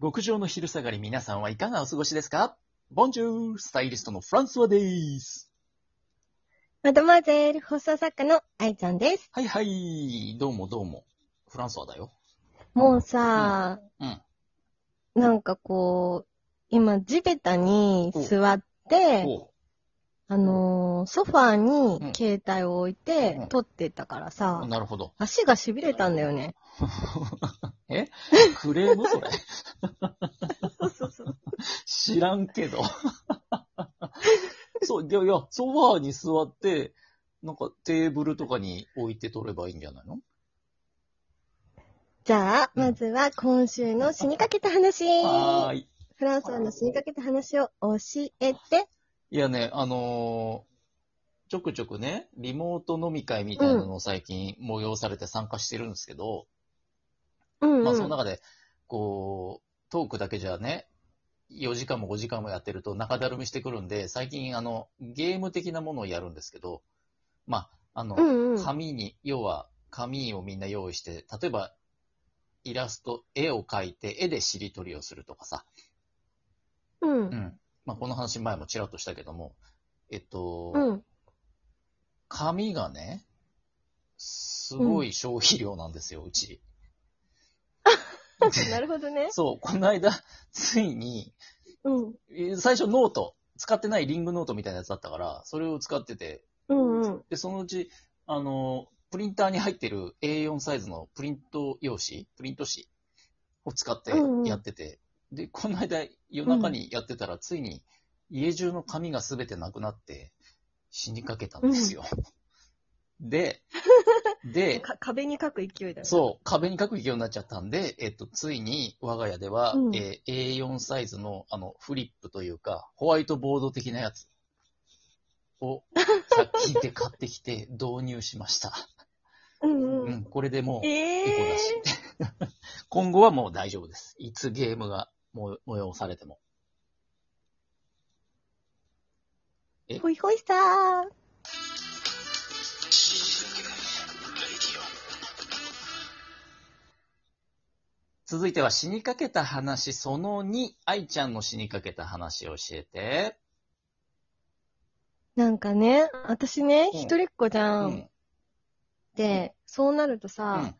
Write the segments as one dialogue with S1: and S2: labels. S1: 極上の昼下がり皆さんはいかがお過ごしですかボンジュールスタイリストのフランスワです
S2: マドマーゼール放送作家の愛ちゃんです。
S1: はいはい、どうもどうも。フランスワだよ。
S2: もうさ、
S1: うん。
S2: なんかこう、今地べたに座って、
S1: おう
S2: あのーソファー
S1: うん
S2: に携帯を置いて
S1: うん
S2: 撮ってたからさ、
S1: なるほど。
S2: 足が痺れたんだよね。
S1: えクレームそれ
S2: そうそうそう。
S1: 知らんけど。そう、いやいや、ソファーに座って、なんかテーブルとかに置いて取ればいいんじゃないの
S2: じゃあ、まずは今週の死にかけた話。
S1: はーい。
S2: フランスの死にかけた話を教えて。
S1: いやね、あのーちょくちょくね、リモート飲み会みたいなのを最近催されて参加してるんですけど、
S2: うん、うん。
S1: まあその中で、こう、トークだけじゃね、4時間も5時間もやってると中だるみしてくるんで、最近あの、ゲーム的なものをやるんですけど、まあ、あの、
S2: うんうん。
S1: 紙に、要は紙をみんな用意して、例えばイラスト、絵を描いて、絵でしりとりをするとかさ、
S2: う。
S1: うんん。まあこの話前もちらっとしたけども、えっと、
S2: うん。
S1: 紙がね、すごい消費量なんですよ、う ち。
S2: なるほどね。
S1: そう、この間、 ついに、
S2: うん。
S1: えー最初ノート、使ってないリングノートみたいなやつだったから、それを使ってて、
S2: うんうん。
S1: で、そのうち、あの、プリンターに入ってる A4 サイズのプリント用紙、プリント紙を使って
S2: うんうん
S1: やってて、で、この間夜中にやってたら、ついに家中の紙が全てなくなって死にかけたんですよ。 で、で、
S2: か壁に書く勢いだね。
S1: そう、壁に書くようになっちゃったんで、えっと、ついに我が家では、
S2: うん
S1: えー A4 サイズのあのフリップというか、ホワイトボード的なやつを、さっきで買ってきて 導入しました。
S2: うんう。
S1: うんん、これでもう、エ
S2: え
S1: コだし。 今後はもう大丈夫です。いつゲームがも催されても。
S2: ー、ほいほいさー。
S1: 続いては死にかけた話その2、愛ちゃんの死にかけた話を教えて。
S2: なんかね、私ね、
S1: うん
S2: 一人っ子じ
S1: う
S2: ゃん。。で、そうなると
S1: う
S2: さ、
S1: ん。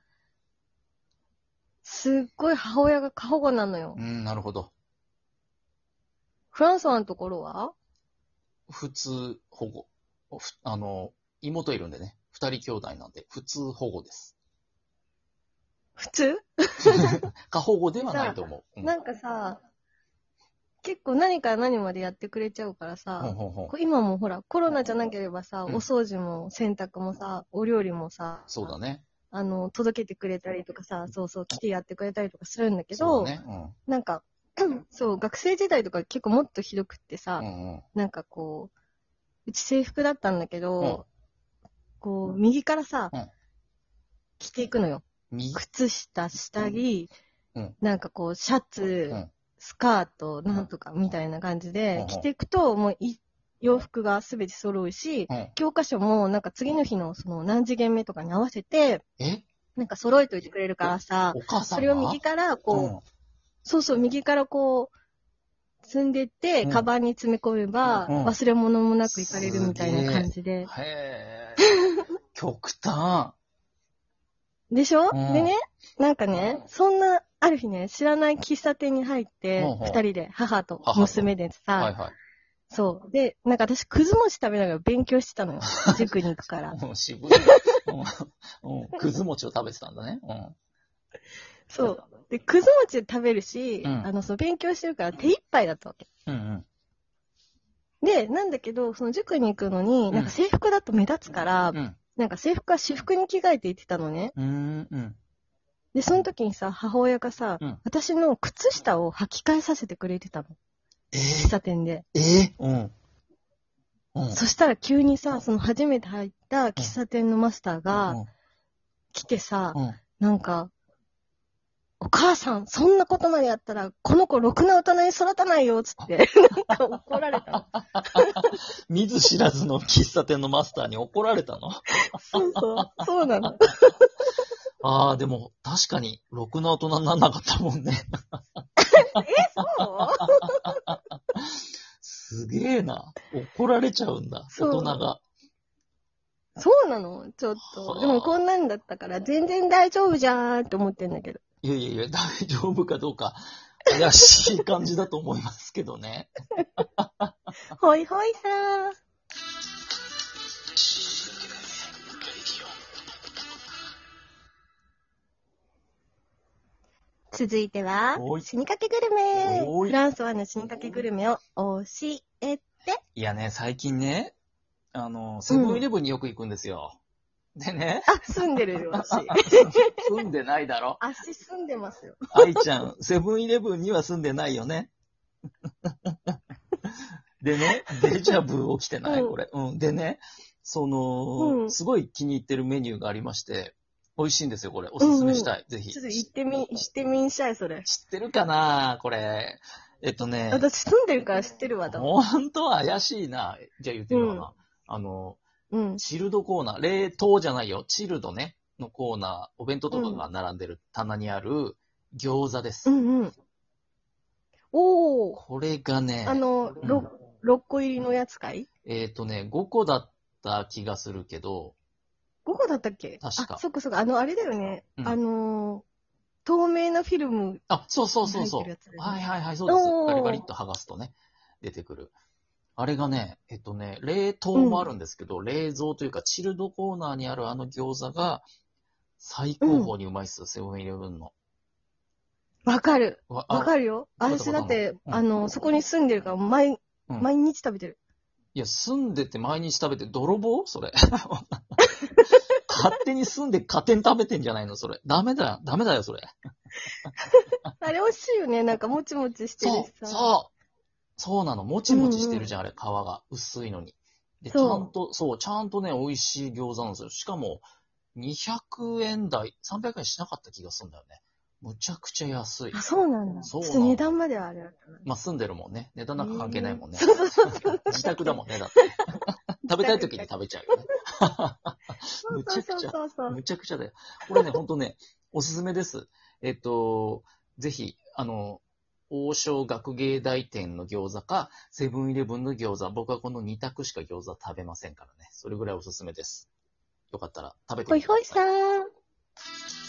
S2: すっごい母親が過保護なのよ。
S1: うん、なるほど。
S2: フランソワのところは
S1: 普通保護。ふあの、妹いるんでね。二人兄弟なんで、普通保護 です。
S2: 普通
S1: 過保護ではないと思う。うん
S2: なんかさ、結構何から何までやってくれちゃうからさ、
S1: ほんほんほん
S2: こう今もほら、コロナじゃなければさ、
S1: うん
S2: お掃除も洗濯もさ、お料理もさ、
S1: そうだね。
S2: あの、届けてくれたりとかさ、そうそう、来てやってくれたりとかするんだけ
S1: そ
S2: ど、
S1: うだね。うん
S2: なんか、 そう、学生時代とか結構もっとひどくってさ、
S1: うんうん。
S2: なんかこう、うち制服だったんだけ
S1: うん
S2: ど、こう、右からさ、
S1: うん
S2: 着ていくのよ。
S1: 右
S2: 靴下、下着、
S1: うん
S2: なんかこう、シャツ、
S1: うん
S2: スカート、なんとかみたいな感じ
S1: うんう
S2: で
S1: ん、
S2: 着ていくと、もうい洋服がすべて揃うし、
S1: うん。
S2: 教科書もなんか次の日のその何次元目とかに合わせて、
S1: え
S2: なんか揃えておいてくれるからさ、
S1: お母さん
S2: そ
S1: は
S2: れを右からこう、そうそう、右からこう、積んでって、
S1: うん
S2: カバンに詰め込めば、
S1: うん
S2: 忘れ物もなく行かれるみたいな感じ
S1: う
S2: で
S1: ん。。へえ。 極端。
S2: でしょ、
S1: うん
S2: でね、なんかね、そんな、ある日ね、知らない喫茶店に入って、
S1: うんうん
S2: 二、人で、母と
S1: 母と
S2: 娘でさ、
S1: はいはい。
S2: そう。で、なんか私、くず餅食べながら勉強してた のよ。塾に行くから。
S1: うん渋い。うんうんくず餅を食べてたんだね。うん。
S2: そう。で、くず餅食べるし、
S1: うん
S2: あの、そう、勉強してるから手一杯だったわけ。
S1: うんうん。
S2: で、なんだけど、その塾に行くのに、なんか制服だと目立つから、
S1: うん。
S2: なんか制服は私服に着替えて行ってたのね。
S1: うんうん。
S2: で、その時にさ、母親がさ、
S1: うん
S2: 私の靴下を履き替えさせてくれてたの。
S1: え
S2: 喫茶店で。
S1: ええうん。うん。
S2: そしたら急にさ、その初めて入った喫茶店のマスターが来てさ、
S1: うん、うん。
S2: なんか、お母さん、そんなことまでやったら、この子、ろくな大人に育たないよ、つ って、なんか怒られたの。
S1: 見ず知らずの喫茶店のマスターに怒られたの
S2: そうそう、そうなの。
S1: ああ、でも確かに、ろくな大人にならなかったもんね。
S2: そう
S1: すげえな。怒られちゃうんだ、大
S2: そう
S1: 人が。
S2: そうなのちょっ
S1: はあ
S2: と。でもこんなんだったから、全然大丈夫じゃーんって思ってんだけど。
S1: いやいやいや、 大丈夫かどうか、怪しい感じだと思いますけどね。
S2: ほいほいさー。続いては
S1: おい、
S2: 死にかけグルメ。
S1: おい
S2: フランスワの死にかけグルメを教え、
S1: いやね、最近ね、あの、セブンイレブンによく行くんですよ。でね、
S2: あ、住んでるよ、 私。
S1: 住んでないだろ。
S2: 足住んでますよ。
S1: 愛ちゃん、セブンイレブンには住んでないよ ね。でね、デジャブ起きてない、
S2: うん
S1: これ。うん。でね、その、
S2: うん
S1: すごい気に入ってるメニューがありまして、美味しいんですよ、これ。おすすめしたい。ぜひ。
S2: ちょっと行ってみ、行ってみんしゃい、それ。
S1: 知ってるかなこれ。えっとね。
S2: 私住んでるから知ってるわ、だもん。
S1: 本当は怪しいな。じゃあ言ってみようかな。あの、
S2: うん。
S1: チルドコーナー、冷凍じゃないよ、チルドね、のコーナー、お弁当とかが並んでる棚にある餃子です。
S2: うんうん。おー。
S1: これがね、
S2: あの、
S1: うん
S2: ろ6個入りのやつかい
S1: えっ、とね、5個だった気がするけど、
S2: ?5 個だったっけ
S1: 確か
S2: あ、そっかそっか。あの、あれだよね。
S1: うん
S2: あのー、透明なフィルム。
S1: あ、そうそうそうそ
S2: 入ってるやつだ
S1: う。
S2: よね
S1: はいはいはい、そうです
S2: お。ー
S1: ガリガリっと剥がすとね、出てくる。あれがね、えっとね、冷凍もあるんですけど、冷蔵というか、チルドコーナーにあるあの餃子が、最高峰にうまいっすよ、セブンイレブンの。
S2: わかる。
S1: わあ
S2: わかるよ。
S1: あ
S2: 私だって、
S1: うん
S2: あの、そこに住んでるから、毎、
S1: うん
S2: 毎日食べてる。
S1: いや、住んでて毎日食べて泥棒そ れ。勝手に住んで勝手に食べてんじゃないのそれ。ダメだよ、ダメだよ、それ。
S2: あれ美味しいよね。なんか、もちもちしてる
S1: そう
S2: し、さ。
S1: そう。そうなの。もちもちしてるじゃん、あれ、皮が。薄いのに。で、ちゃ
S2: そうん
S1: と、そう、ちゃんとね、美味しい餃子なんですよ。しかも、200円台、300円しなかった気がするんだよね。むちゃくちゃ安い
S2: あ、。そうなんだ。ち
S1: そ
S2: ょ
S1: う
S2: っ
S1: なの
S2: と値段まではあれだったな。
S1: まあ、住んでるもんね。値段なんか関係ないもんね。
S2: そうそうそうそう。
S1: 自宅だもんね、だ って。食べたい時に食べちゃうよね。
S2: そう
S1: むちゃ
S2: そ
S1: く
S2: う
S1: ちゃ
S2: そうそう。
S1: むちゃくちゃだよ。これね、ほんとね、おすすめです。えっと、ぜひ、あの、王将学芸大店の餃子か、セブンイレブンの餃子。僕はこの2択しか餃子食べませんからね。それぐらいおすすめです。よかったら食べて
S2: ほ
S1: み
S2: い
S1: てくだ
S2: ほいさ
S1: さい。
S2: ーん。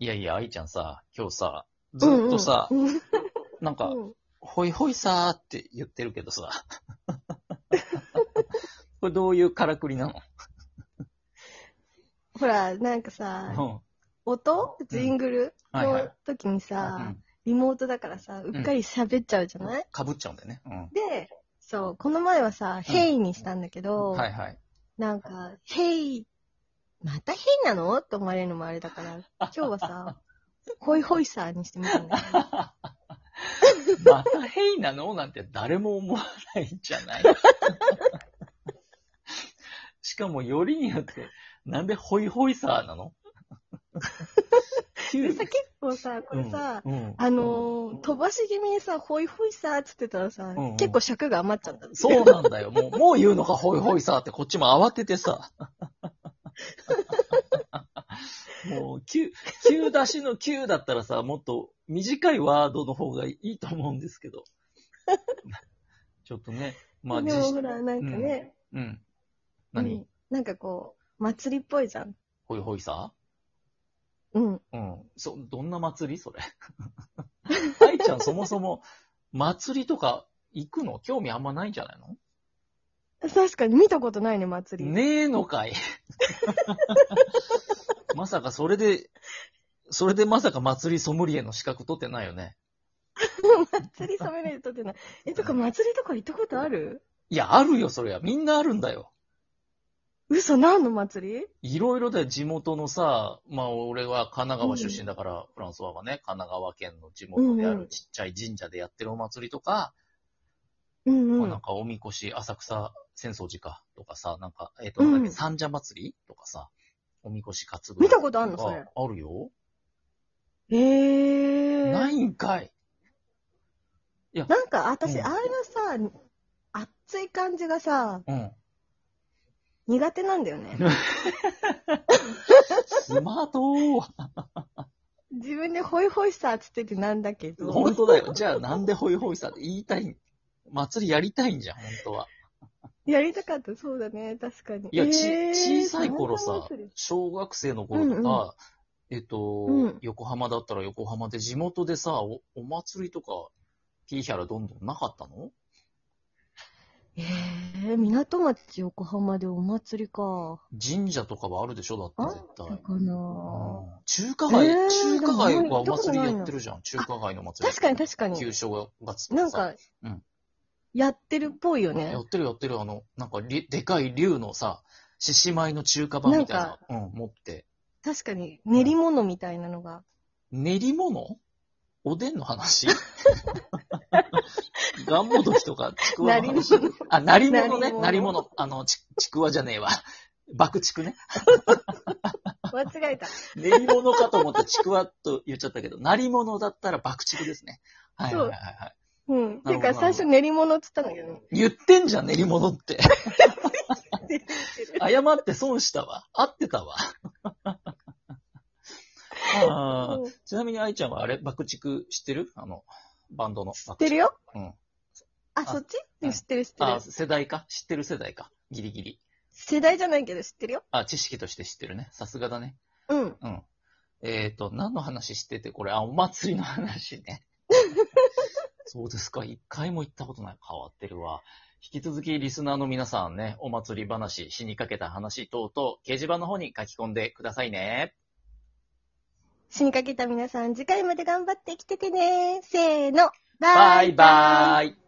S1: いやいや、愛ちゃんさ、今日さ、ずっとさ、
S2: うんうんうん
S1: なんか、
S2: うん
S1: ほいほいさーって言ってるけど さ。これどういうからくりなの
S2: ほら、なんかさ、
S1: うん
S2: 音ジングル
S1: はいはい
S2: の時にさ、
S1: うん
S2: リモートだからさ、うっかり喋っちゃうじゃない、
S1: かぶっちゃうんだよね。うん。
S2: で、そう、この前はさ、ヘイにしたんだけど、
S1: はいはい。
S2: なんか、ヘイ、またヘイなのって思われるのもあれだから、今日はさ、ホイホイさーにしてみたんだけど。
S1: またヘイなのなんて誰も思わないんじゃない しかもよりによって、なんでホイホイサーな の
S2: でさ、結構さ、これさ、
S1: うんうん
S2: あのー飛ばし気味にさ、ホイホイさーっつってたらさ、
S1: んうん
S2: 結構尺が余っちゃったんだよ
S1: そうなんだよ。もう、 もう言うのか、ホイホイサーって、こっちも慌ててさ。 もう、急、急出しの急だったらさ、もっと短いワードの方がいいと思うんですけ ど。ちょっとね、まあ、
S2: で
S1: 自
S2: も
S1: 信
S2: ほら、なんかね、
S1: うん。
S2: う
S1: 何
S2: んなんかこう、祭りっぽいじゃん。
S1: ホイホイさ
S2: うん。
S1: うん。そ、どんな祭りそ れ。愛ちゃん、そもそも、祭りとか行くの興味あんまないんじゃないの
S2: 確かに見たことないね、祭り。
S1: ねえのか い。まさかそれで、それでまさか祭りソムリエの資格取ってないよね。
S2: 祭りサムネイル 撮ってない。え、とか祭りとか行ったことある
S1: いや、あるよ、それは。みんなあるんだよ。
S2: 嘘、何の祭り
S1: いろいろだよ、地元のさ、まあ俺は神奈川出身だから、フランスはがね、神奈川県の地元であ
S2: うんう
S1: る
S2: ん
S1: ちっちゃい神社でやってるお祭りとか、
S2: うん
S1: ま
S2: う
S1: あなん
S2: ん。
S1: かおみこし、浅草、浅草寺か、とかさ、なんか、えっ、と、なんだっけ、
S2: うん
S1: 三社祭りとかさ、おみこし担ぐ。
S2: 見たことあんのそれ。
S1: あるよ。
S2: えー。
S1: な
S2: ない
S1: んかい。
S2: んか私、
S1: うん
S2: ああいうさ、熱い感じがさ、
S1: うん。
S2: 苦手なんだよ ね。
S1: スマート ー
S2: 自分でホイホイさっつっててなんだけど。
S1: 本当だよ。じゃあなんでホイホイさって言いたいん祭りやりたいんじゃん、本当は。
S2: やりたかった、そうだね、確かに。
S1: いや、ち、
S2: えー
S1: 小さい頃さ
S2: 七夕祭り、
S1: 小学生の頃とか、えっと、
S2: うん
S1: 横浜だったら横浜で地元でさ、おお祭りとか、ピーヒャラどんどんなかったの
S2: えー、港町横浜でお祭りか。
S1: 神社とかはあるでしょだって絶
S2: だ
S1: 対。
S2: か
S1: う
S2: な。
S1: ん中華街、
S2: えー
S1: 中華街
S2: でも
S1: は
S2: 行
S1: お
S2: ったこと
S1: 祭
S2: ない
S1: り
S2: な
S1: やってるじゃん。中華街の祭り。
S2: 確かに確か
S1: 旧
S2: に。
S1: 正月とかさ。
S2: なんか
S1: うん、
S2: やってるっぽいよね
S1: や。ってるやってる。あの、なんかり、でかい竜のさ、獅子舞の中華版みたいな、うん、持って。
S2: 確かに、練り物みたいなのが。
S1: 練り物おでんの 話がんもどきとか、ちくわの話
S2: なり
S1: あ、なり物ね。な
S2: な
S1: り
S2: り
S1: 物。あの、ち、ちくわじゃねえわ。爆竹 ね。
S2: 間違え た。
S1: 練り物かと思ったちくわと言っちゃったけど、なり物だったら爆竹ですね。はいはいはい、はい。
S2: うん。
S1: なる
S2: て
S1: ほど
S2: か、最初練り物っつったんだけど。
S1: 言ってんじゃん、練り物 って。謝って損したわ。合って たわ。あー
S2: うん
S1: ちなみに愛ちゃんはあれ、爆竹知ってるあの、バンドの。知っ
S2: 知ってるよ
S1: うん。
S2: あ、そっち
S1: うん
S2: 知ってる知って
S1: あ
S2: る
S1: ー、。世代か知ってる世代か。ギリギリ。
S2: 世代じゃないけど知ってるよ。
S1: あ、知識として知ってるね。さすがだね。
S2: うん。
S1: うん。えっ、と、何の話してて、これ、あ、お祭りの話ね。そうですか。一回も行ったことない。変わってるわ。引き続き、リスナーの皆さんね、お祭り話、死にかけた話等々、掲示板の方に書き込んでくださいね。
S2: 死にかけた皆さん、次回まで頑張ってきててね。せーの。
S1: バイバーイ